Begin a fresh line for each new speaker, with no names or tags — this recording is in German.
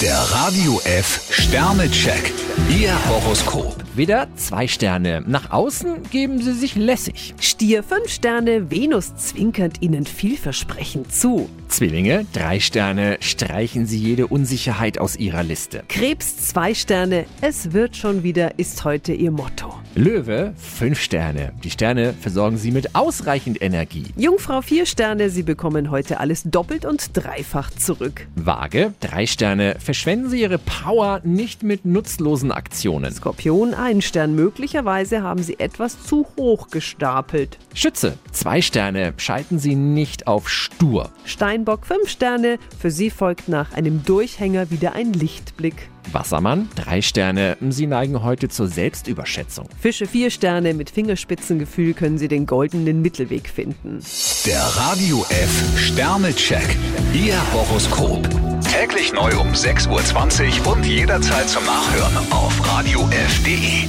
Der Radio F Sternecheck. Ihr Horoskop.
Wieder zwei Sterne. Nach außen geben sie sich lässig.
Stier 5 Sterne, Venus zwinkert Ihnen vielversprechend zu.
Zwillinge, drei Sterne, streichen sie jede Unsicherheit aus ihrer Liste.
Krebs 2 Sterne, es wird schon wieder, ist heute Ihr Motto.
Löwe, fünf Sterne. Die Sterne versorgen sie mit ausreichend Energie.
Jungfrau 4 Sterne, Sie bekommen heute alles doppelt und dreifach zurück.
Waage, drei Sterne, verschwenden sie ihre Power nicht mit nutzlosen Aktionen.
Skorpion 1 Stern, möglicherweise haben Sie etwas zu hoch gestapelt.
Schütze, zwei Sterne, schalten sie nicht auf stur.
Steinbock 5 Sterne, für Sie folgt nach einem Durchhänger wieder ein Lichtblick.
Wassermann, drei Sterne, sie neigen heute zur Selbstüberschätzung.
Fische 4 Sterne, mit Fingerspitzengefühl können Sie den goldenen Mittelweg finden.
Der Radio F Sternecheck. Ihr Horoskop. Täglich neu um 6.20 Uhr und jederzeit zum Nachhören auf Radio E. radiof.de.